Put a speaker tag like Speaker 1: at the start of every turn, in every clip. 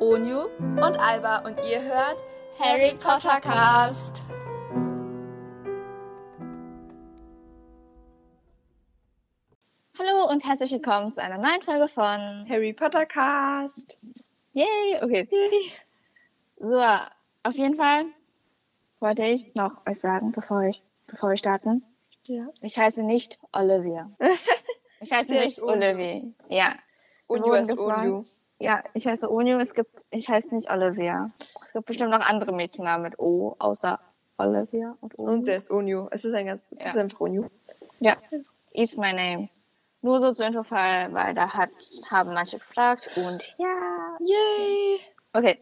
Speaker 1: Onyu und Alba und ihr hört Harry Potter Cast.
Speaker 2: Hallo und herzlich willkommen zu einer neuen Folge von
Speaker 1: Harry Potter Cast.
Speaker 2: Yay, okay. So, auf jeden Fall wollte ich noch euch sagen, bevor ich bevor wir starten.
Speaker 1: Ja.
Speaker 2: Ich heiße nicht Olivia. Ich heiße
Speaker 1: Sie heißt
Speaker 2: nicht
Speaker 1: Onyu.
Speaker 2: Olivia. Ja. Wir
Speaker 1: Onyu
Speaker 2: wurden
Speaker 1: heißt
Speaker 2: gefragt-
Speaker 1: Onyu.
Speaker 2: Ja, ich heiße Onyu, es gibt ich heiße nicht Olivia. Es gibt bestimmt noch andere Mädchennamen mit O außer Olivia und Onyu.
Speaker 1: Und sie ist Onyu. Es ist ein ganz, es
Speaker 2: Ja.
Speaker 1: ist einfach Onyu.
Speaker 2: Ja, is my name. Nur so zur Infofall, weil da hat, haben manche gefragt und ja.
Speaker 1: Yay!
Speaker 2: Okay,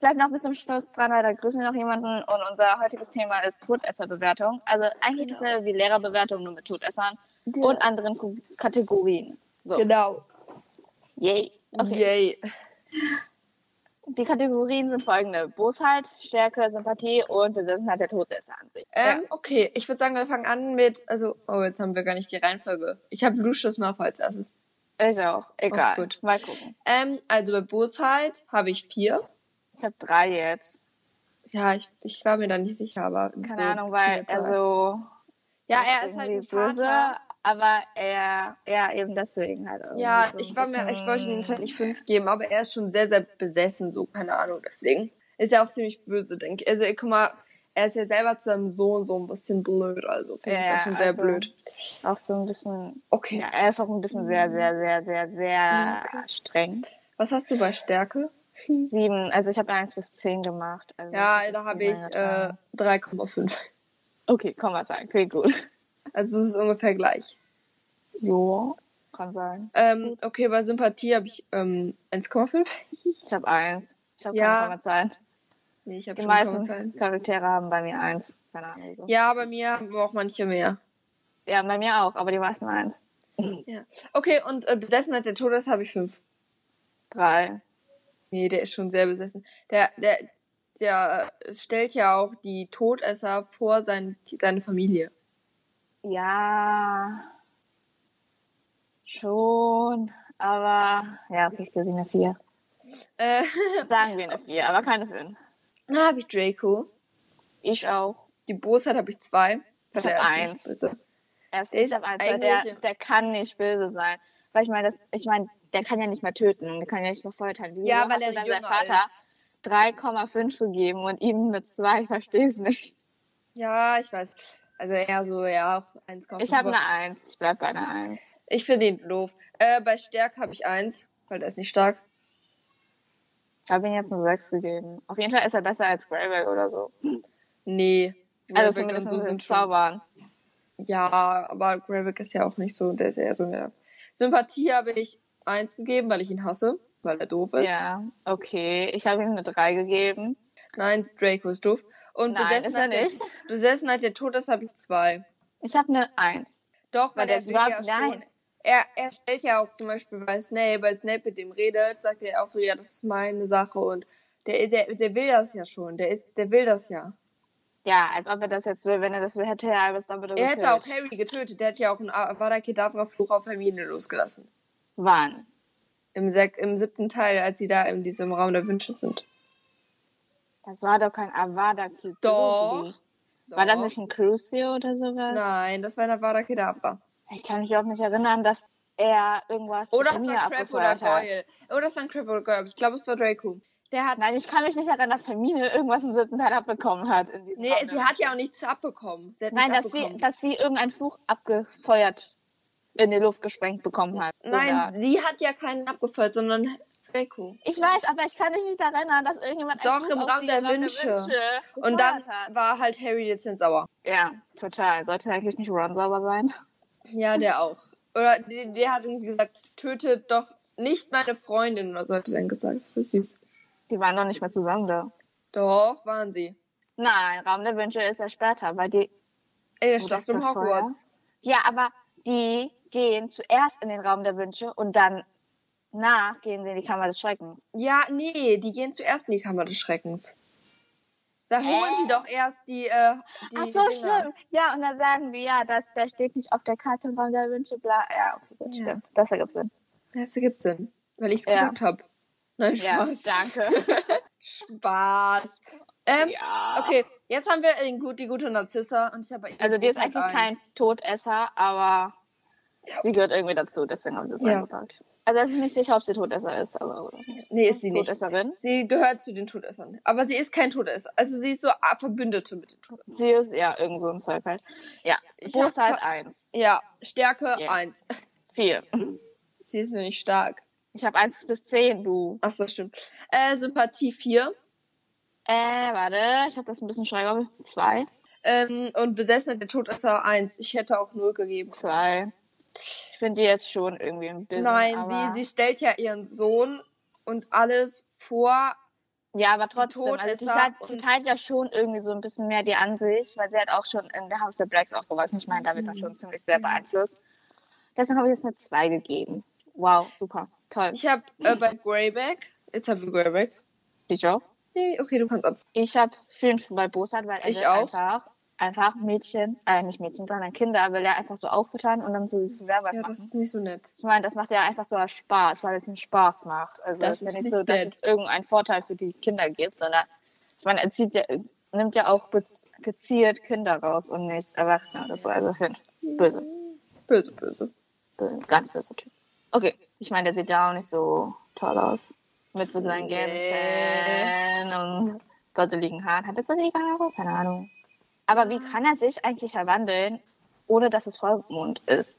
Speaker 2: bleibt noch bis zum Schluss dran, weil da grüßen wir noch jemanden und unser heutiges Thema ist Todesserbewertung. Also eigentlich dasselbe wie Lehrerbewertung, nur mit Todessern
Speaker 1: Genau. Ja.
Speaker 2: und anderen Ku- Kategorien. So,
Speaker 1: Genau.
Speaker 2: yay. Okay.
Speaker 1: Yay.
Speaker 2: Die Kategorien sind folgende. Bosheit, Stärke, Sympathie und Besessenheit der Todesser an sich.
Speaker 1: Ähm, Okay, ich würde sagen, wir fangen an mit, also, oh, jetzt haben wir gar nicht die Reihenfolge. Ich habe Lucius Malfoy als erstes.
Speaker 2: ja, ich auch. Egal.
Speaker 1: Oh, gut.
Speaker 2: Mal gucken.
Speaker 1: Ähm, also bei Bosheit habe ich vier.
Speaker 2: Ich habe drei jetzt.
Speaker 1: Ja, ich, ich war mir da nicht sicher, aber.
Speaker 2: Keine
Speaker 1: so
Speaker 2: Ahnung, weil
Speaker 1: vier, drei.
Speaker 2: also
Speaker 1: Ja, er ist halt ein
Speaker 2: irgendwie böse,
Speaker 1: Vater.
Speaker 2: aber er, ja, eben deswegen halt. irgendwie
Speaker 1: Ja,
Speaker 2: so ein
Speaker 1: ich war mir, ich wollte ihm
Speaker 2: bisschen-
Speaker 1: jetzt halt nicht fünf geben, aber er ist schon sehr, sehr besessen, so, keine Ahnung, deswegen. Ist ja auch ziemlich böse, denke ich. Also, ey, guck mal, er ist ja selber zu seinem Sohn so ein bisschen blöd, also, finde ich
Speaker 2: Ja,
Speaker 1: das schon sehr
Speaker 2: also-
Speaker 1: blöd.
Speaker 2: Auch so ein bisschen,
Speaker 1: Okay.
Speaker 2: ja, er ist auch ein bisschen sehr, sehr, sehr, sehr, sehr
Speaker 1: Mhm.
Speaker 2: streng.
Speaker 1: Was hast du bei Stärke?
Speaker 2: Sieben, also ich habe eins bis zehn gemacht. Also
Speaker 1: Ja,
Speaker 2: hab
Speaker 1: da
Speaker 2: jetzt
Speaker 1: habe
Speaker 2: sieben
Speaker 1: ich, äh,
Speaker 2: eingetragen.
Speaker 1: 3,5.
Speaker 2: Okay, komm mal sagen, klingt gut.
Speaker 1: Also, es ist ungefähr gleich.
Speaker 2: Jo, kann sein.
Speaker 1: Ähm, okay, bei Sympathie habe ich, ähm, 1,5.
Speaker 2: Ich habe eins. Ich habe
Speaker 1: Ja.
Speaker 2: keine Kommazahlen.
Speaker 1: Nee, ich habe
Speaker 2: Die
Speaker 1: schon
Speaker 2: meisten
Speaker 1: Kommazahlen.
Speaker 2: Charaktere haben bei mir eins. Keine Ahnung. wieso.
Speaker 1: Ja, bei mir haben auch manche mehr.
Speaker 2: ja, bei mir auch, aber die meisten eins.
Speaker 1: Ja. Okay, und äh, Besessenheit der Todes habe ich fünf.
Speaker 2: Drei.
Speaker 1: Nee, der ist schon sehr besessen. Der, der, der äh, stellt ja auch die Todesser vor sein, seine Familie.
Speaker 2: Ja, schon, aber ja, okay, ich gebe ihm eine 4.
Speaker 1: Äh,
Speaker 2: Sagen wir eine 4, aber keine 5.
Speaker 1: dann habe ich Draco.
Speaker 2: Ich auch.
Speaker 1: Die Bosheit habe ich zwei.
Speaker 2: Ich
Speaker 1: Weil
Speaker 2: hab
Speaker 1: er ist nicht
Speaker 2: eins.
Speaker 1: böse.
Speaker 2: Er ist
Speaker 1: Ich
Speaker 2: ich habe eins, weil der,
Speaker 1: eigentlich-
Speaker 2: der kann nicht böse sein. Weil ich meine, das, ich meine, der kann ja nicht mehr töten, der kann ja nicht mehr foltern. Wieso
Speaker 1: Ja, weil
Speaker 2: hast
Speaker 1: er
Speaker 2: du dann seinem
Speaker 1: jünger
Speaker 2: Vater 3,5 gegeben und ihm eine 2? Ich verstehe es nicht.
Speaker 1: Ja, ich weiß. Also eher so, ja, auch 1,5.
Speaker 2: Ich ne- habe eine 1, ich bleib bei einer 1.
Speaker 1: Ich finde ihn doof. Äh, bei Stärk habe ich eins, weil der ist nicht stark.
Speaker 2: Ich habe ihm jetzt eine 6 gegeben. Auf jeden Fall ist er besser als Greyback oder so.
Speaker 1: Nee. Gravik
Speaker 2: Also zumindest
Speaker 1: und
Speaker 2: so sind
Speaker 1: schon-
Speaker 2: Zaubern.
Speaker 1: Ja, aber Gravik ist ja auch nicht so, der ist eher so eine. Sympathie habe ich eins gegeben, weil ich ihn hasse, weil er doof ist.
Speaker 2: Ja, okay. Ich habe ihm eine 3 gegeben.
Speaker 1: Nein, Draco ist doof. Und halt
Speaker 2: Nein,
Speaker 1: besessen
Speaker 2: ist er
Speaker 1: hat der-
Speaker 2: nicht.
Speaker 1: Besessen hat der Todes habe ich zwei.
Speaker 2: Ich habe eine 1.
Speaker 1: Doch, weil,
Speaker 2: Weil der
Speaker 1: der
Speaker 2: ist
Speaker 1: will ja
Speaker 2: überhaupt-
Speaker 1: schon.
Speaker 2: nein.
Speaker 1: Er, er stellt ja auch zum Beispiel bei Snape, weil Snape mit dem redet, sagt er auch so, ja, das ist meine Sache und der, der, der will das ja schon. Der ist, der will das ja. Ja,
Speaker 2: Ja, als ob er das jetzt will. Wenn er das will, hätte er Albus Dumbledore
Speaker 1: Er hätte auch
Speaker 2: gekillt.
Speaker 1: Harry getötet. Der hätte ja auch einen Avada Kedavra Fluch auf Hermine losgelassen.
Speaker 2: Wann?
Speaker 1: Im, sek Im siebten Teil, als sie da in diesem Raum der Wünsche sind.
Speaker 2: Das war doch kein Avada Kedavra.
Speaker 1: Doch.
Speaker 2: War das
Speaker 1: Doch.
Speaker 2: nicht ein Crucio oder sowas?
Speaker 1: Nein, das war ein Avada Kedavra.
Speaker 2: Ich kann mich überhaupt nicht erinnern, dass er irgendwas
Speaker 1: Oder
Speaker 2: zu
Speaker 1: es
Speaker 2: mir
Speaker 1: war Crab oder
Speaker 2: abgefeuert hat.
Speaker 1: Goyle. Oder es war ein Crab oder Goyle. Ich glaube, es war Draco. Der hat.
Speaker 2: Nein, ich kann mich nicht erinnern, dass Hermine irgendwas im siebten Teil abbekommen hat. In diesem
Speaker 1: Nee,
Speaker 2: Raum.
Speaker 1: sie hat ja auch nichts abbekommen. Sie hat
Speaker 2: Nein,
Speaker 1: nichts
Speaker 2: dass sie,
Speaker 1: abbekommen.
Speaker 2: dass sie irgendeinen Fluch abgefeuert in die Luft gesprengt bekommen hat. Sogar.
Speaker 1: Nein, sie hat ja keinen abgefeuert, sondern Draco.
Speaker 2: Ich weiß, aber ich kann mich nicht daran erinnern, dass irgendjemand
Speaker 1: Doch,
Speaker 2: Fluch
Speaker 1: im
Speaker 2: auf
Speaker 1: Raum
Speaker 2: die
Speaker 1: der
Speaker 2: Raum
Speaker 1: Wünsche.
Speaker 2: Wünsche
Speaker 1: Und dann
Speaker 2: gefeuert hat.
Speaker 1: war halt Harry dezent sauer.
Speaker 2: Ja, total. Sollte eigentlich nicht Ron sauber sein.
Speaker 1: Ja, der auch. Oder der, der hat irgendwie gesagt, tötet doch nicht meine Freundin. Oder sollte dann gesagt, das war süß.
Speaker 2: Die waren doch nicht mehr zusammen da.
Speaker 1: Doch, waren sie.
Speaker 2: Nein, Raum der Wünsche ist ja später, weil die.
Speaker 1: Ey, der
Speaker 2: Wo
Speaker 1: schloss
Speaker 2: ist
Speaker 1: um
Speaker 2: das
Speaker 1: Hogwarts.
Speaker 2: Ja, aber die gehen zuerst in den Raum der Wünsche und dann nach gehen sie in die Kammer des Schreckens.
Speaker 1: Ja, nee, die gehen zuerst in die Kammer des Schreckens. Da
Speaker 2: Hä?
Speaker 1: holen die doch erst die, äh, die
Speaker 2: Ach so,
Speaker 1: Dinger.
Speaker 2: stimmt. Ja, und dann sagen die, ja, das, der steht nicht auf der Karte im Raum der Wünsche, bla. Ja, okay, gut,
Speaker 1: Ja.
Speaker 2: stimmt. Das ergibt Sinn.
Speaker 1: Das ergibt Sinn, weil ich es
Speaker 2: Ja.
Speaker 1: gesagt habe. Nein,
Speaker 2: Ja,
Speaker 1: Spaß.
Speaker 2: danke.
Speaker 1: Spaß. Ähm,
Speaker 2: ja.
Speaker 1: Okay, jetzt haben wir den, gut- die gute Narzissa und ich habe ihr
Speaker 2: Also die ist
Speaker 1: Punkt
Speaker 2: eigentlich kein
Speaker 1: halt eins.
Speaker 2: Todesser, aber sie gehört irgendwie dazu, deswegen haben wir das
Speaker 1: Ja.
Speaker 2: eingepackt. Also es ist nicht sicher, ob sie Todesser ist, aber
Speaker 1: Nee, ist sie nicht.
Speaker 2: Todesserin.
Speaker 1: Sie gehört zu den Todessern. Aber sie ist kein Todesser. Also sie ist so ah, Verbündete mit den Todessern.
Speaker 2: Sie ist ja irgend so ein Zeug halt. Ja, halt
Speaker 1: Ich
Speaker 2: Bosheit
Speaker 1: hab-
Speaker 2: 1,
Speaker 1: Ja, Stärke
Speaker 2: Ja.
Speaker 1: eins.
Speaker 2: 4.
Speaker 1: Mhm. Sie ist nämlich stark.
Speaker 2: Ich habe 1 bis 10, du.
Speaker 1: Ach so, stimmt. Äh, Sympathie vier
Speaker 2: Äh, warte, ich habe das ein bisschen schräg. 2,
Speaker 1: Ähm, und Besessenheit der Todesser eins. Ich hätte auch null gegeben.
Speaker 2: 2. Ich finde die jetzt schon irgendwie ein bisschen.
Speaker 1: Nein,
Speaker 2: aber...
Speaker 1: sie, sie stellt ja ihren Sohn und alles vor.
Speaker 2: Ja, aber trotzdem,
Speaker 1: Tod
Speaker 2: also
Speaker 1: ist
Speaker 2: sie,
Speaker 1: er
Speaker 2: hat, sie
Speaker 1: und-
Speaker 2: teilt ja schon irgendwie so ein bisschen mehr die Ansicht, weil sie hat auch schon in der House der Blacks aufgewachsen. Ich meine, da
Speaker 1: Mhm.
Speaker 2: wird man schon ziemlich sehr beeinflusst. Deswegen habe ich jetzt eine 2 gegeben. Wow, super, toll.
Speaker 1: Ich habe äh, bei Greyback. Jetzt haben wir Greyback.
Speaker 2: Die Joe.
Speaker 1: Nee, okay, du kannst ab.
Speaker 2: Ich habe 5 bei Bosat, weil er
Speaker 1: Ich
Speaker 2: will
Speaker 1: auch.
Speaker 2: einfach einfach Mädchen, äh, nicht Mädchen, sondern Kinder, will er einfach so auffüttern und dann so zu Werwolf
Speaker 1: Ja,
Speaker 2: machen.
Speaker 1: das ist nicht so nett.
Speaker 2: Ich meine, das macht ja einfach so aus Spaß, weil es ihm Spaß macht. Also
Speaker 1: Das
Speaker 2: es ist ja
Speaker 1: ist
Speaker 2: nicht
Speaker 1: nicht
Speaker 2: so, dass
Speaker 1: nett.
Speaker 2: es irgendeinen Vorteil für die Kinder gibt, sondern ich meine, er zieht ja, nimmt ja auch be- gezielt Kinder raus und nicht Erwachsene. Das war also fünf. Böse.
Speaker 1: Böse, böse.
Speaker 2: böse. Ganz böser Typ. Okay. Ich meine, der sieht ja auch nicht so toll aus. Mit so kleinen Gämchen und zotteligen Haaren. Hat er zottelige Haare? Keine Ahnung. Aber wie kann er sich eigentlich verwandeln, ohne dass es Vollmond ist?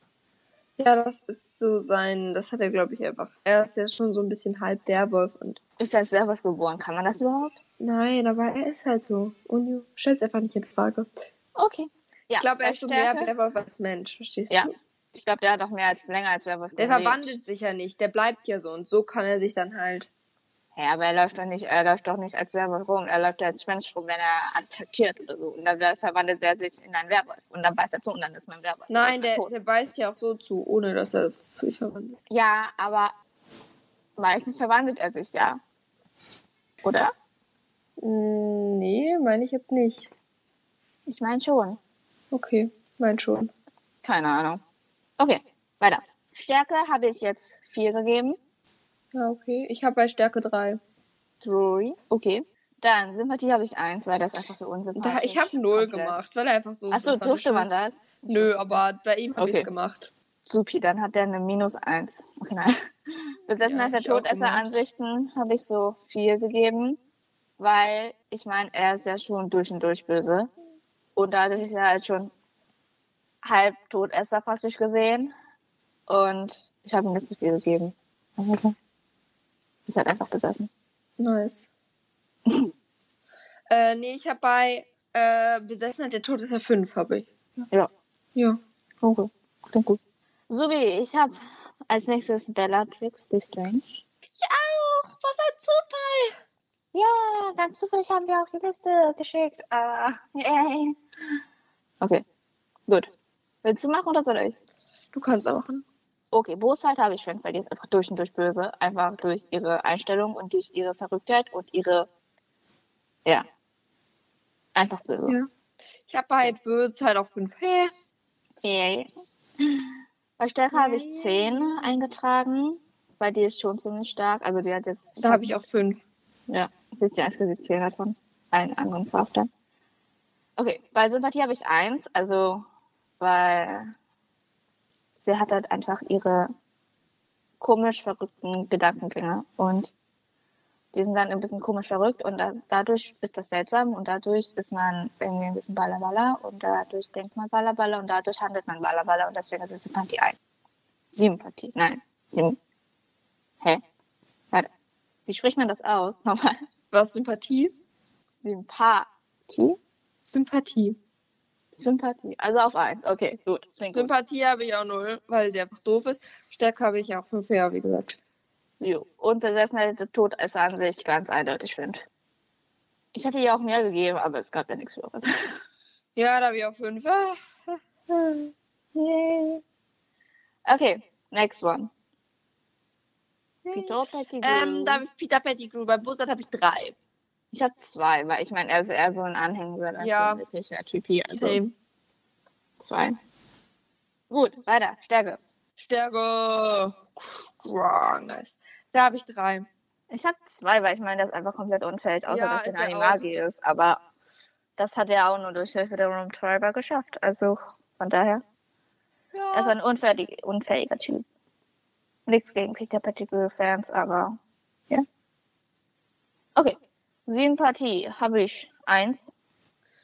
Speaker 1: Ja, das ist so sein, das hat er, glaube ich, einfach. Er ist ja schon so ein bisschen halb Werwolf und.
Speaker 2: Ist er als Werwolf geboren? Kann man das überhaupt?
Speaker 1: Nein, aber er ist halt so. Und stellst einfach nicht in Frage.
Speaker 2: Okay. Ja,
Speaker 1: ich glaube, er
Speaker 2: bei
Speaker 1: ist so mehr
Speaker 2: Stärke-
Speaker 1: Werwolf als Mensch, verstehst
Speaker 2: Ja.
Speaker 1: du?
Speaker 2: Ich glaube, der hat auch mehr als länger als Werwolf.
Speaker 1: Der
Speaker 2: gelebt.
Speaker 1: verwandelt sich ja nicht, der bleibt ja so und so kann er sich dann halt.
Speaker 2: Ja, aber er läuft doch nicht, er läuft doch nicht als Werwolf rum. Er läuft ja als Mensch rum, wenn er attackiert oder so. Und dann wer- verwandelt er sich in einen Werwolf. Und dann beißt er zu und dann ist man Werwolf.
Speaker 1: Nein,
Speaker 2: Dann
Speaker 1: der,
Speaker 2: ist man tot.
Speaker 1: der beißt ja auch so zu, ohne dass er sich verwandelt.
Speaker 2: Ja, aber meistens verwandelt er sich ja. Oder?
Speaker 1: Mm, nee, meine ich jetzt nicht.
Speaker 2: Ich meine schon.
Speaker 1: Okay, mein schon.
Speaker 2: Keine Ahnung. Okay, weiter. Stärke habe ich jetzt vier gegeben.
Speaker 1: Ja, okay. Ich habe bei Stärke drei.
Speaker 2: Drury. Okay. Dann Sympathie habe ich eins, weil das einfach so unsympathisch
Speaker 1: Da, ich habe null
Speaker 2: komplett.
Speaker 1: gemacht, weil er einfach so.
Speaker 2: Achso,
Speaker 1: sympathisch
Speaker 2: durfte man
Speaker 1: ist.
Speaker 2: das? Ich
Speaker 1: Nö,
Speaker 2: wusste es
Speaker 1: aber bei ihm habe ich's
Speaker 2: Okay.
Speaker 1: gemacht.
Speaker 2: Supi, dann hat der eine Minus eins. Okay, nein. Besessen
Speaker 1: Ja,
Speaker 2: nach
Speaker 1: hab
Speaker 2: der
Speaker 1: ich auch
Speaker 2: Todesser-Ansichten habe ich so vier gegeben, weil ich meine, er ist ja schon durch und durch böse. Und dadurch ist er halt schon halb Todesser praktisch gesehen. Und ich habe ihm jetzt eine vier gegeben. Okay. Ist halt einfach besessen.
Speaker 1: Nice. äh, nee, ich habe bei äh, Besessenheit der Tod ist ja 5, habe ich.
Speaker 2: Ja,
Speaker 1: Ja.
Speaker 2: okay. Klingt gut. Subi, ich habe als nächstes Bellatrix Lestrange.
Speaker 1: Ich auch! Was ein Zufall!
Speaker 2: Ja, ganz zufällig haben wir auch die Liste geschickt. Ah, yay. Okay, gut. Willst du machen oder soll ich?
Speaker 1: Du kannst auch machen.
Speaker 2: Okay, Bosheit habe ich schon, weil die ist einfach durch und durch böse. Einfach durch ihre Einstellung und durch ihre Verrücktheit und ihre. Ja. Einfach böse.
Speaker 1: Ja. Ich habe bei Bösheit auch 5. Hey.
Speaker 2: Yay. Bei Stärke habe ich 10 eingetragen, weil die ist schon ziemlich stark. Also die hat jetzt.
Speaker 1: Da habe ich auch 5.
Speaker 2: Ja, das ist die einzige Zähler von allen anderen Charakteren. Okay, bei Sympathie habe ich eins, also weil sie hat halt einfach ihre komisch verrückten Gedankengänge und die sind dann ein bisschen komisch verrückt und da, dadurch ist das seltsam und dadurch ist man irgendwie ein bisschen ballerballer und dadurch denkt man ballerballer und dadurch handelt man ballerballer und deswegen ist es Sympathie ein. Sympathie, nein. Sym Hä? Warte. Wie spricht man das aus? Nochmal.
Speaker 1: Was? Sympathie?
Speaker 2: Sympathie?
Speaker 1: Sympathie.
Speaker 2: Sympathie. Also auf eins. Okay, gut. Klingt gut.
Speaker 1: Sympathie habe ich auch 0, weil sie einfach doof ist. Stärke habe ich auch 5, ja, wie gesagt.
Speaker 2: Jo. Und Besessenheit der Tod ist an sich ganz eindeutig fünf. Ich hätte ihr auch mehr gegeben, aber es gab ja nichts Höheres.
Speaker 1: Ja, da habe ich auch 5. Ah.
Speaker 2: Yay. Okay, next one. Peter Pettigrew.
Speaker 1: Hm. Ähm, da habe ich Peter Pettigrew. Bei Bösheit habe ich 3.
Speaker 2: ich habe zwei, weil ich meine, er ist eher so ein Anhänger als
Speaker 1: Ja.
Speaker 2: so ein wirklicher Typi. Also
Speaker 1: Same.
Speaker 2: zwei. Gut, weiter. Stärke.
Speaker 1: Stärke. Strongest. Da habe ich drei.
Speaker 2: Ich habe zwei, weil ich meine, das ist einfach komplett unfähig, außer
Speaker 1: Ja,
Speaker 2: dass er
Speaker 1: ist
Speaker 2: ein
Speaker 1: er
Speaker 2: Animagi ist. Aber das hat er auch nur durch Hilfe der Rumtreiber geschafft. Also von daher,
Speaker 1: Ja.
Speaker 2: er ist ein unfähig, unfähiger Typ. Nichts gegen Peter Pettigrew-Fans, aber ja. Okay, Sympathie habe ich eins.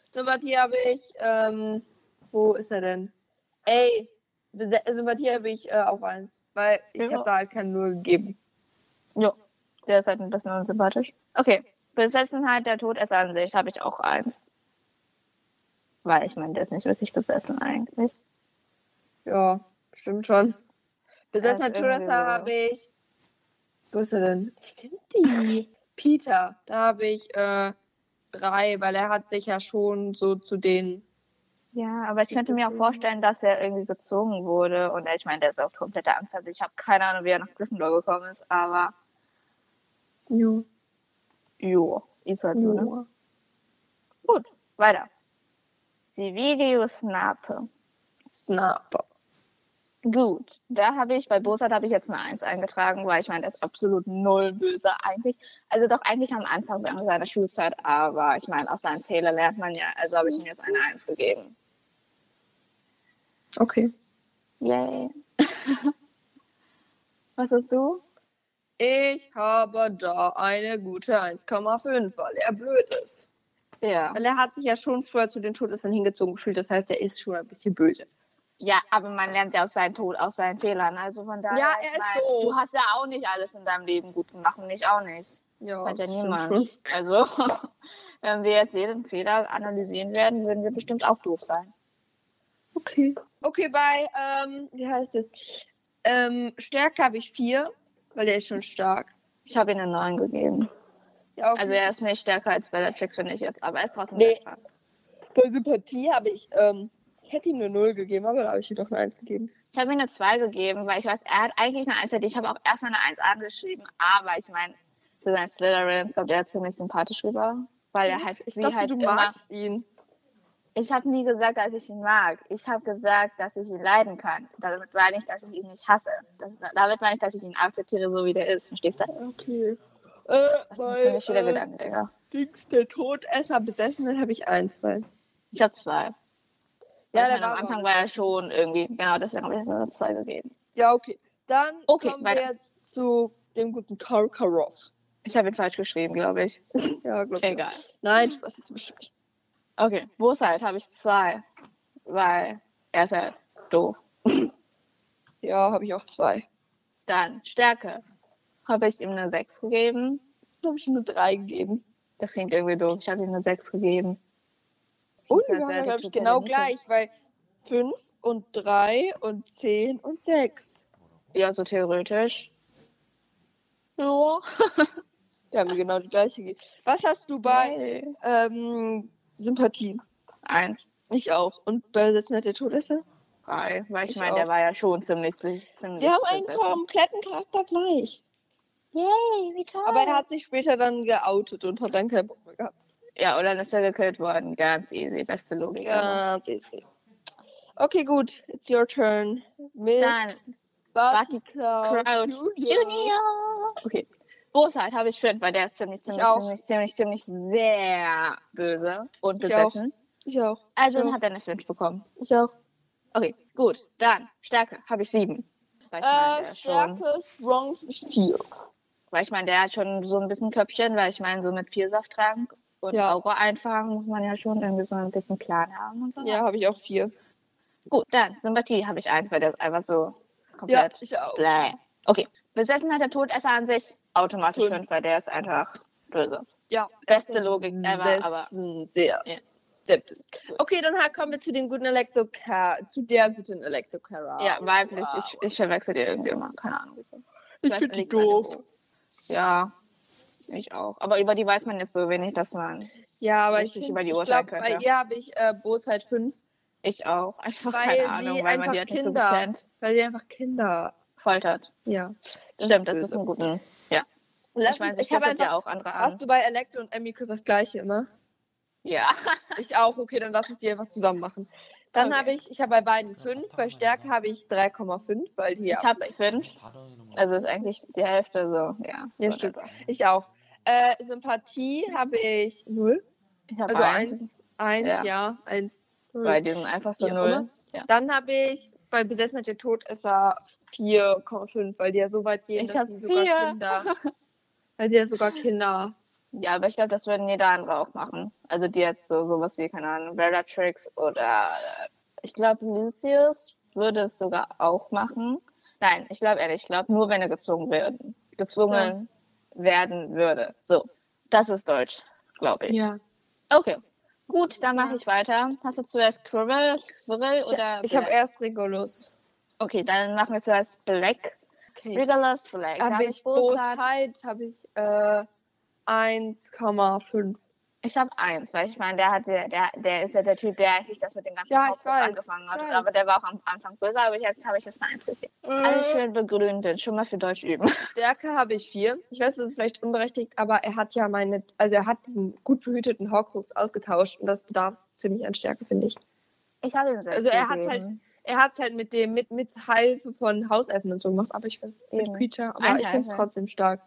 Speaker 1: Sympathie habe ich, ähm, wo ist er denn? Ey, Bese- Sympathie habe ich äh, auf eins, weil ich
Speaker 2: Ja.
Speaker 1: habe da halt keine Null gegeben.
Speaker 2: Jo, der ist halt ein bisschen unsympathisch. Okay, Besessenheit der Todesseransicht habe ich auch eins. Weil ich meine, der ist nicht wirklich besessen eigentlich.
Speaker 1: Ja, stimmt schon. Besessener
Speaker 2: ist irgendwie
Speaker 1: Todesser
Speaker 2: so.
Speaker 1: habe ich. Wo ist er denn? Ich finde die. Peter, da habe ich äh, drei, weil er hat sich ja schon so zu den.
Speaker 2: Ja, aber ich
Speaker 1: Die
Speaker 2: könnte mir auch
Speaker 1: Beziehung.
Speaker 2: vorstellen, dass er irgendwie gezogen wurde. Und ich meine, der ist auf kompletter Angst. Also ich habe keine Ahnung, wie er nach Gryffindor gekommen ist, aber
Speaker 1: Jo.
Speaker 2: jo, ist halt so, ne?
Speaker 1: Jo.
Speaker 2: Gut, weiter. Sividius Snape.
Speaker 1: Snapper.
Speaker 2: Gut, da habe ich, bei Bosat habe ich jetzt eine Eins eingetragen, weil ich meine, das ist absolut null böse eigentlich. Also doch eigentlich am Anfang während seiner Schulzeit, aber ich meine, aus seinen Fehlern lernt man ja. Also habe ich ihm jetzt eine Eins gegeben.
Speaker 1: Okay.
Speaker 2: Yay. Was hast du?
Speaker 1: Ich habe da eine gute 1,5, weil er blöd ist.
Speaker 2: Ja.
Speaker 1: Weil er hat sich ja schon früher zu den Todessern hingezogen gefühlt. Das heißt, er ist schon ein bisschen böse.
Speaker 2: Ja, aber man lernt ja aus seinen Tod, aus seinen Fehlern. Also von daher.
Speaker 1: Ja, er
Speaker 2: ich
Speaker 1: ist doof.
Speaker 2: Du hast ja auch nicht alles in deinem Leben gut gemacht und ich auch nicht.
Speaker 1: Ja,
Speaker 2: Hat ja
Speaker 1: das stimmt
Speaker 2: niemand.
Speaker 1: schon.
Speaker 2: Also, wenn wir jetzt jeden Fehler analysieren werden, würden wir bestimmt auch doof sein.
Speaker 1: Okay. Okay, bei, ähm, wie heißt es? Ähm, Stärke habe ich vier, weil der ist schon stark.
Speaker 2: Ich habe ihm eine 9 gegeben.
Speaker 1: Ja, okay.
Speaker 2: Also er ist nicht stärker als Bellatrix, finde ich jetzt, aber er ist trotzdem
Speaker 1: Nee.
Speaker 2: sehr stark.
Speaker 1: bei Sympathie habe ich, ähm, ich hätte ihm eine Null gegeben, aber da habe ich ihm doch eine Eins gegeben.
Speaker 2: Ich habe ihm eine 2 gegeben, weil ich weiß, er hat eigentlich eine 1 verdient. Ich habe auch erstmal eine 1 angeschrieben, aber ich meine, zu seinen Slytherins kommt er ziemlich sympathisch rüber. Weil er halt,
Speaker 1: Ich
Speaker 2: sie
Speaker 1: dachte,
Speaker 2: halt
Speaker 1: du
Speaker 2: immer,
Speaker 1: magst ihn.
Speaker 2: Ich habe nie gesagt, dass ich ihn mag. Ich habe gesagt, dass ich ihn leiden kann. Damit meine ich, dass ich ihn nicht hasse. Das, damit meine ich, dass ich ihn akzeptiere, so wie der ist. Verstehst du?
Speaker 1: Okay. Äh,
Speaker 2: Das sind
Speaker 1: bei,
Speaker 2: ziemlich viele
Speaker 1: äh,
Speaker 2: Gedanken, Digga.
Speaker 1: Dings, der Todesser Besessenen habe ich eins, weil.
Speaker 2: Ich habe zwei.
Speaker 1: Ja,
Speaker 2: Ja,
Speaker 1: der
Speaker 2: ich meine, am
Speaker 1: war
Speaker 2: Anfang
Speaker 1: aber-
Speaker 2: war er schon irgendwie, genau, deswegen habe ich es nur zwei gegeben.
Speaker 1: Ja, okay. Dann
Speaker 2: Okay,
Speaker 1: kommen
Speaker 2: weiter.
Speaker 1: wir jetzt zu dem guten Karkarov.
Speaker 2: Ich habe ihn falsch geschrieben, glaube ich.
Speaker 1: Ja, glaub ich.
Speaker 2: Egal.
Speaker 1: auch. Nein, Spaß ist bestimmt nicht.
Speaker 2: Okay, Bosheit habe ich zwei. Weil er ist halt doof.
Speaker 1: Ja, habe ich auch zwei.
Speaker 2: Dann Stärke. Habe ich ihm eine 6 gegeben.
Speaker 1: Da habe ich ihm eine drei gegeben.
Speaker 2: Das klingt irgendwie doof. Ich habe ihm eine 6 gegeben.
Speaker 1: Und
Speaker 2: Das
Speaker 1: wir
Speaker 2: heißt,
Speaker 1: haben,
Speaker 2: er
Speaker 1: glaube
Speaker 2: hat
Speaker 1: ich,
Speaker 2: die
Speaker 1: genau
Speaker 2: Totale
Speaker 1: gleich, weil fünf und drei und zehn und sechs.
Speaker 2: Ja, so theoretisch. Ja.
Speaker 1: Wir haben genau die gleiche gegeben. Was hast du bei
Speaker 2: Geil.
Speaker 1: ähm, Sympathie?
Speaker 2: Eins,
Speaker 1: Ich auch. Und bei Sitzen hat der Todesser?
Speaker 2: drei. Weil ich,
Speaker 1: Ich
Speaker 2: meine, der
Speaker 1: auch.
Speaker 2: war ja schon ziemlich, ziemlich
Speaker 1: Wir haben einen
Speaker 2: besessen.
Speaker 1: kompletten Charakter gleich.
Speaker 2: Yay, wie toll.
Speaker 1: Aber er hat sich später dann geoutet und hat dann keinen Bock mehr gehabt.
Speaker 2: ja, und dann ist er gekillt worden. Ganz easy. Beste Logik. aber.
Speaker 1: Ganz easy. Ah, Okay, gut. It's your turn. Mit
Speaker 2: Dann
Speaker 1: Barty
Speaker 2: Barty
Speaker 1: Crouch
Speaker 2: Crouch
Speaker 1: Junior.
Speaker 2: Junior. Okay. Bosheit habe ich fünf, weil der ist ziemlich, ziemlich,
Speaker 1: auch.
Speaker 2: ziemlich, ziemlich, ziemlich sehr böse und
Speaker 1: Ich auch.
Speaker 2: besessen.
Speaker 1: Ich auch.
Speaker 2: Also
Speaker 1: ich auch.
Speaker 2: hat er eine 5 bekommen.
Speaker 1: Ich auch.
Speaker 2: Okay, gut. Dann Stärke habe ich sieben. Weil ich meine, der
Speaker 1: Äh,
Speaker 2: ist schon
Speaker 1: Stärke, Strong, vier.
Speaker 2: Weil ich meine, der hat schon so ein bisschen Köpfchen, weil ich meine, so mit Vielsafttrank und
Speaker 1: Ja.
Speaker 2: Aura einfangen muss man ja schon irgendwie so ein bisschen Plan haben und so.
Speaker 1: Ja, habe ich auch vier.
Speaker 2: Gut, dann Sympathie habe ich eins, weil der ist einfach so
Speaker 1: Ja,
Speaker 2: komplett
Speaker 1: ich auch.
Speaker 2: bläh. Okay, besessen hat der Todesser an sich automatisch
Speaker 1: Fünf.
Speaker 2: fünf, weil der ist einfach böse.
Speaker 1: Ja.
Speaker 2: Beste Logik
Speaker 1: Mm,
Speaker 2: ever, aber
Speaker 1: Sessen, sehr.
Speaker 2: Ja.
Speaker 1: Sehr böse. Okay, dann halt kommen wir zu dem guten Elektrocar, zu der guten Elektrocar.
Speaker 2: ja, weiblich, ich, ich verwechsel die irgendwie immer, keine Ahnung wieso.
Speaker 1: Ich
Speaker 2: weiß,
Speaker 1: find die
Speaker 2: Alexander
Speaker 1: doof.
Speaker 2: Bo. Ja, ich auch. Aber über die weiß man jetzt so wenig, dass man.
Speaker 1: Ja, aber ich,
Speaker 2: Richtig
Speaker 1: find,
Speaker 2: über die
Speaker 1: ich
Speaker 2: urteilen
Speaker 1: glaube, bei
Speaker 2: könnte.
Speaker 1: ihr habe ich äh, Bosheit 5,
Speaker 2: Ich auch. Einfach
Speaker 1: weil
Speaker 2: keine Ahnung,
Speaker 1: sie
Speaker 2: weil man die
Speaker 1: einfach
Speaker 2: halt nicht so
Speaker 1: Kinder,
Speaker 2: gut kennt.
Speaker 1: weil sie einfach Kinder,
Speaker 2: Foltert.
Speaker 1: ja. Das
Speaker 2: Stimmt, das
Speaker 1: böse. Mhm.
Speaker 2: ist ein guter. Ja.
Speaker 1: Lass
Speaker 2: ich meine,
Speaker 1: uns-
Speaker 2: ich
Speaker 1: ich habe
Speaker 2: habe ja
Speaker 1: einfach-
Speaker 2: auch andere an.
Speaker 1: Hast du bei Elektro und Amicus das gleiche ne? immer?
Speaker 2: Ja.
Speaker 1: Ich auch, okay, dann lass uns die einfach zusammen machen. Dann
Speaker 2: Okay.
Speaker 1: habe ich, ich habe bei beiden 5, bei Stärke habe ich 3,5, weil die ja
Speaker 2: Ich habe
Speaker 1: vielleicht-
Speaker 2: fünf, also ist eigentlich die Hälfte so, ja.
Speaker 1: Ja,
Speaker 2: so ne?
Speaker 1: stimmt.
Speaker 2: etwa.
Speaker 1: Ich auch. Äh, Sympathie habe ich 0.
Speaker 2: Ich habe
Speaker 1: Also
Speaker 2: eins.
Speaker 1: 1. 1,
Speaker 2: Ja.
Speaker 1: ja. 1.
Speaker 2: Weil die sind einfach so
Speaker 1: Wie auch
Speaker 2: null.
Speaker 1: immer.
Speaker 2: Ja.
Speaker 1: Dann habe ich bei Besessenheit der Todesser 4,5, weil die ja so weit gehen,
Speaker 2: Ich hab
Speaker 1: sie sogar
Speaker 2: vier.
Speaker 1: Kinder. Weil die ja sogar Kinder.
Speaker 2: ja, aber ich glaube, das würden jeder andere auch machen. Also die jetzt so sowas wie, keine Ahnung, Bellatrix oder äh, ich glaube, Lucius würde es sogar auch machen. Nein, ich glaube ehrlich, ich glaube nur, wenn er gezwungen werden, gezwungen werden würde. So, das ist Deutsch, glaube ich. Okay. Gut, dann mache ich weiter. Hast du zuerst Quirrell, Quirrell oder
Speaker 1: Ich habe
Speaker 2: Black?
Speaker 1: erst Regulus.
Speaker 2: Okay, dann machen wir zuerst Black.
Speaker 1: Okay.
Speaker 2: Regulus, Black. Dann
Speaker 1: Habe ich
Speaker 2: Bosat.
Speaker 1: Bosheit, habe ich äh, 1,5.
Speaker 2: Ich habe eins, weil ich meine, der hat der, der, der ist ja der Typ, der eigentlich das mit dem ganzen
Speaker 1: Ja, ich
Speaker 2: Hauptbus
Speaker 1: weiß,
Speaker 2: angefangen
Speaker 1: ich
Speaker 2: hat.
Speaker 1: weiß.
Speaker 2: Aber der war auch am Anfang böse, aber jetzt habe ich jetzt eine eins gesehen. Alles schön begründet, schon mal für Deutsch üben.
Speaker 1: Stärke habe ich vier. Ich weiß, das ist vielleicht unberechtigt, aber er hat ja meine, also er hat diesen gut behüteten Horcrux ausgetauscht und das bedarf ziemlich an Stärke, finde ich.
Speaker 2: Ich habe ihn selbst.
Speaker 1: Also er hat's
Speaker 2: gesehen.
Speaker 1: Er hat es halt mit dem, mit, mit Hilfe von Hauselfen und so gemacht, aber ich finde mit
Speaker 2: Eben.
Speaker 1: Creature, aber
Speaker 2: Ein
Speaker 1: ich finde es
Speaker 2: Teil, ja.
Speaker 1: trotzdem stark.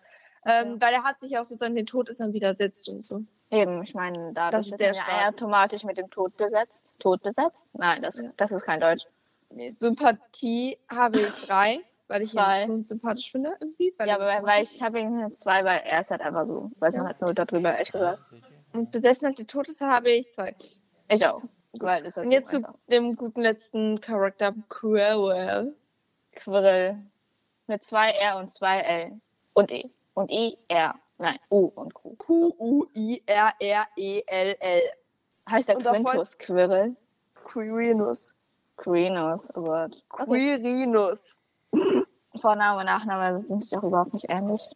Speaker 1: Ähm, Weil er hat sich auch sozusagen den Todessern widersetzt und so.
Speaker 2: Eben, ich meine, dadurch
Speaker 1: ist
Speaker 2: ist
Speaker 1: sehr
Speaker 2: er ja
Speaker 1: stark.
Speaker 2: automatisch mit dem Tod besetzt. Tod besetzt? Nein, das,
Speaker 1: Ja.
Speaker 2: das ist kein Deutsch.
Speaker 1: Nee, Sympathie habe ich drei, weil ich ihn
Speaker 2: Zwei.
Speaker 1: schon sympathisch finde irgendwie. Weil
Speaker 2: ja,
Speaker 1: er
Speaker 2: aber
Speaker 1: das
Speaker 2: weil,
Speaker 1: macht.
Speaker 2: weil ich habe ihn jetzt zwei, weil er ist halt einfach so. Weiß
Speaker 1: Ja.
Speaker 2: man halt nur darüber, ehrlich gesagt.
Speaker 1: Und besessen hat die Todesser habe ich zwei.
Speaker 2: Ich auch. Weil das ist halt
Speaker 1: Und jetzt
Speaker 2: so
Speaker 1: zu
Speaker 2: einfach.
Speaker 1: dem guten letzten Charakter, Cruel.
Speaker 2: Quirrell. Mit zwei R und zwei L. Und E. Und E, R. Nein, U und Q.
Speaker 1: E Q-U-I-R-R-E-L-L.
Speaker 2: Heißt der
Speaker 1: Und davor
Speaker 2: Quintus Quirrell?
Speaker 1: Quirinus.
Speaker 2: Quirinus, oh Gott. Okay.
Speaker 1: Quirinus.
Speaker 2: Vorname, Nachname sind sich auch überhaupt nicht ähnlich.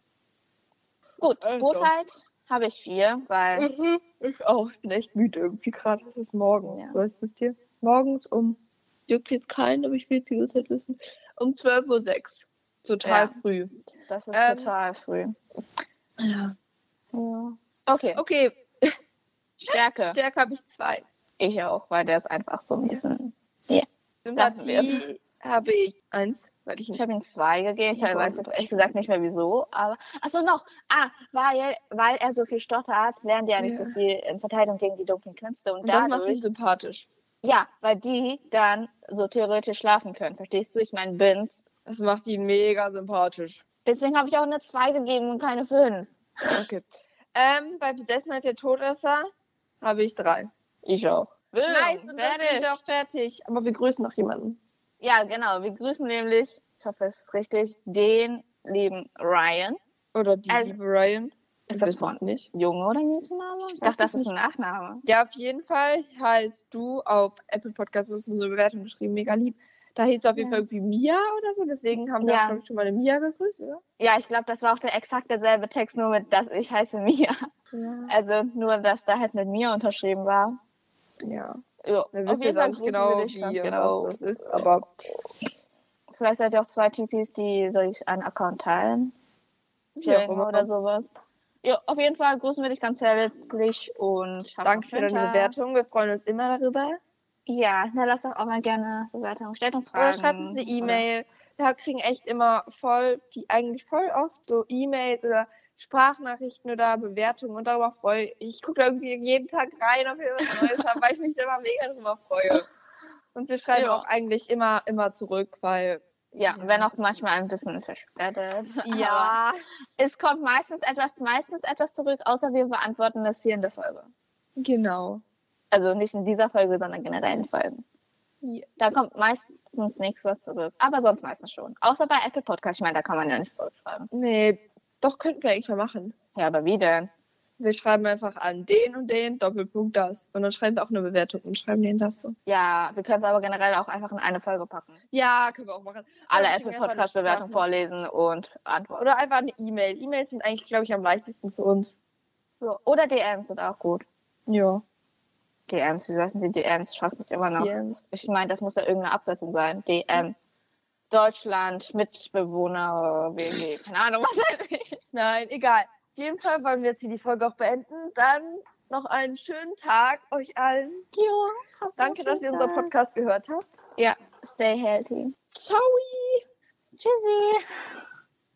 Speaker 2: Gut,
Speaker 1: Also.
Speaker 2: Bosheit habe ich vier, weil
Speaker 1: Mhm. Ich auch. Ich bin echt müde irgendwie gerade. Es ist morgens.
Speaker 2: Ja.
Speaker 1: Weißt du, wisst ihr? Morgens um, juckt jetzt keinen, aber ich will jetzt die Uhrzeit wissen, um 12.06 Uhr. Total
Speaker 2: Ja.
Speaker 1: früh.
Speaker 2: das ist
Speaker 1: Ähm.
Speaker 2: total früh.
Speaker 1: Ja.
Speaker 2: Ja. Okay,
Speaker 1: Okay,
Speaker 2: Stärke.
Speaker 1: Stärke habe ich zwei.
Speaker 2: Ich auch, weil der ist einfach so ein bisschen. Lassen wir's.
Speaker 1: Sympathie habe ich eins, weil ich ihn
Speaker 2: Ich habe ihm zwei gegeben. Ich
Speaker 1: Oh
Speaker 2: weiß
Speaker 1: Gott.
Speaker 2: jetzt ehrlich gesagt nicht mehr wieso. Aber achso noch. Ah, weil, weil er so viel stottert, lernt er nicht
Speaker 1: Ja.
Speaker 2: so viel in Verteidigung gegen die dunklen Künste und,
Speaker 1: Und das
Speaker 2: dadurch.
Speaker 1: macht ihn sympathisch.
Speaker 2: ja, weil die dann so theoretisch schlafen können. Verstehst du? Ich meine, Bins.
Speaker 1: Das macht ihn mega sympathisch.
Speaker 2: Deswegen habe ich auch eine 2 gegeben und keine 5.
Speaker 1: Okay. ähm, bei Besessenheit der Todesser habe ich drei.
Speaker 2: Ich auch.
Speaker 1: nice, und das sind wir auch fertig. Aber wir grüßen noch jemanden.
Speaker 2: ja, genau. Wir grüßen nämlich, ich hoffe, es ist richtig, den lieben Ryan.
Speaker 1: Oder die
Speaker 2: Also-
Speaker 1: liebe Ryan.
Speaker 2: Ist
Speaker 1: Wir
Speaker 2: das
Speaker 1: wissen's
Speaker 2: von-
Speaker 1: nicht?
Speaker 2: Junge oder Mädchenname? Ich
Speaker 1: weiß
Speaker 2: dachte, das
Speaker 1: es
Speaker 2: ist ein Nachname.
Speaker 1: Ja, auf jeden Fall heißt du auf Apple Podcasts, du hast unsere Bewertung geschrieben, mega lieb. Da hieß es auf jeden
Speaker 2: Ja.
Speaker 1: Fall irgendwie Mia oder so, deswegen haben
Speaker 2: Ja.
Speaker 1: wir, glaube ich, schon mal eine Mia gegrüßt, oder?
Speaker 2: Ja, ich glaube, das war auch der exakt derselbe Text, nur mit, dass ich heiße Mia.
Speaker 1: Ja.
Speaker 2: Also nur, dass da halt mit Mia unterschrieben war.
Speaker 1: ja.
Speaker 2: Jo,
Speaker 1: Wir
Speaker 2: auf
Speaker 1: wissen
Speaker 2: jeden
Speaker 1: jetzt
Speaker 2: Fall
Speaker 1: auch nicht
Speaker 2: grüßen
Speaker 1: genau,
Speaker 2: wir dich
Speaker 1: wie
Speaker 2: ganz
Speaker 1: und
Speaker 2: genau.
Speaker 1: was das ist, aber
Speaker 2: Vielleicht seid ihr auch zwei Typis, die soll ich einen Account teilen.
Speaker 1: Ja,
Speaker 2: Chillen
Speaker 1: aber-
Speaker 2: oder sowas. Jo, auf jeden Fall grüßen wir dich ganz herzlich und habt
Speaker 1: danke
Speaker 2: einen
Speaker 1: für
Speaker 2: schönen
Speaker 1: deine
Speaker 2: Tag.
Speaker 1: Bewertung. Wir freuen uns immer darüber.
Speaker 2: Ja, na lass doch auch mal gerne Bewertungen. Stellt uns Fragen.
Speaker 1: Oder schreibt uns eine E-Mail. Da kriegen echt immer voll, viel, eigentlich voll oft so E-Mails oder Sprachnachrichten oder Bewertungen und darüber freue ich. Ich gucke da irgendwie jeden Tag rein, ob wir was Neues haben, weil ich mich da immer mega drüber freue. Und wir schreiben
Speaker 2: Ja.
Speaker 1: auch eigentlich immer, immer zurück, weil
Speaker 2: Ja, wenn auch manchmal ein bisschen verspätet. Aber
Speaker 1: ja,
Speaker 2: es kommt meistens etwas, meistens etwas zurück, außer wir beantworten das hier in der Folge.
Speaker 1: genau.
Speaker 2: Also nicht in dieser Folge, sondern generell in Folgen. Da kommt meistens nichts was zurück. Aber sonst meistens schon. Außer bei Apple Podcast. Ich meine, da kann man ja nichts zurückschreiben.
Speaker 1: Nee, doch könnten wir eigentlich mal machen.
Speaker 2: Ja, aber wie denn?
Speaker 1: Wir schreiben einfach an den und den, Doppelpunkt das. Und dann schreiben wir auch eine Bewertung und schreiben denen das so.
Speaker 2: Ja, wir können es aber generell auch einfach in eine Folge packen.
Speaker 1: Ja, können wir auch machen.
Speaker 2: Alle
Speaker 1: Ja, ich hab mir einfach
Speaker 2: Apple
Speaker 1: eine
Speaker 2: Podcast Bewertungen
Speaker 1: Sprachnachricht.
Speaker 2: vorlesen und antworten.
Speaker 1: Oder einfach eine E-Mail. E-Mails sind eigentlich, glaube ich, am leichtesten für uns.
Speaker 2: Ja, Oder DMs sind auch gut.
Speaker 1: Ja.
Speaker 2: DMs, wie heißen die DMs? Ich frage mich immer noch.
Speaker 1: DMs.
Speaker 2: Ich meine, das muss ja irgendeine Abkürzung sein. DM. Deutschland, Mitbewohner, WG. Keine Ahnung, was weiß ich.
Speaker 1: Nein, egal. Auf jeden Fall wollen wir jetzt hier die Folge auch beenden. Dann noch einen schönen Tag euch allen.
Speaker 2: Jo, habt
Speaker 1: Danke,
Speaker 2: einen
Speaker 1: dass ihr
Speaker 2: schönen
Speaker 1: unseren
Speaker 2: Tag.
Speaker 1: Podcast gehört habt.
Speaker 2: Ja, stay healthy.
Speaker 1: Ciao!
Speaker 2: Tschüssi.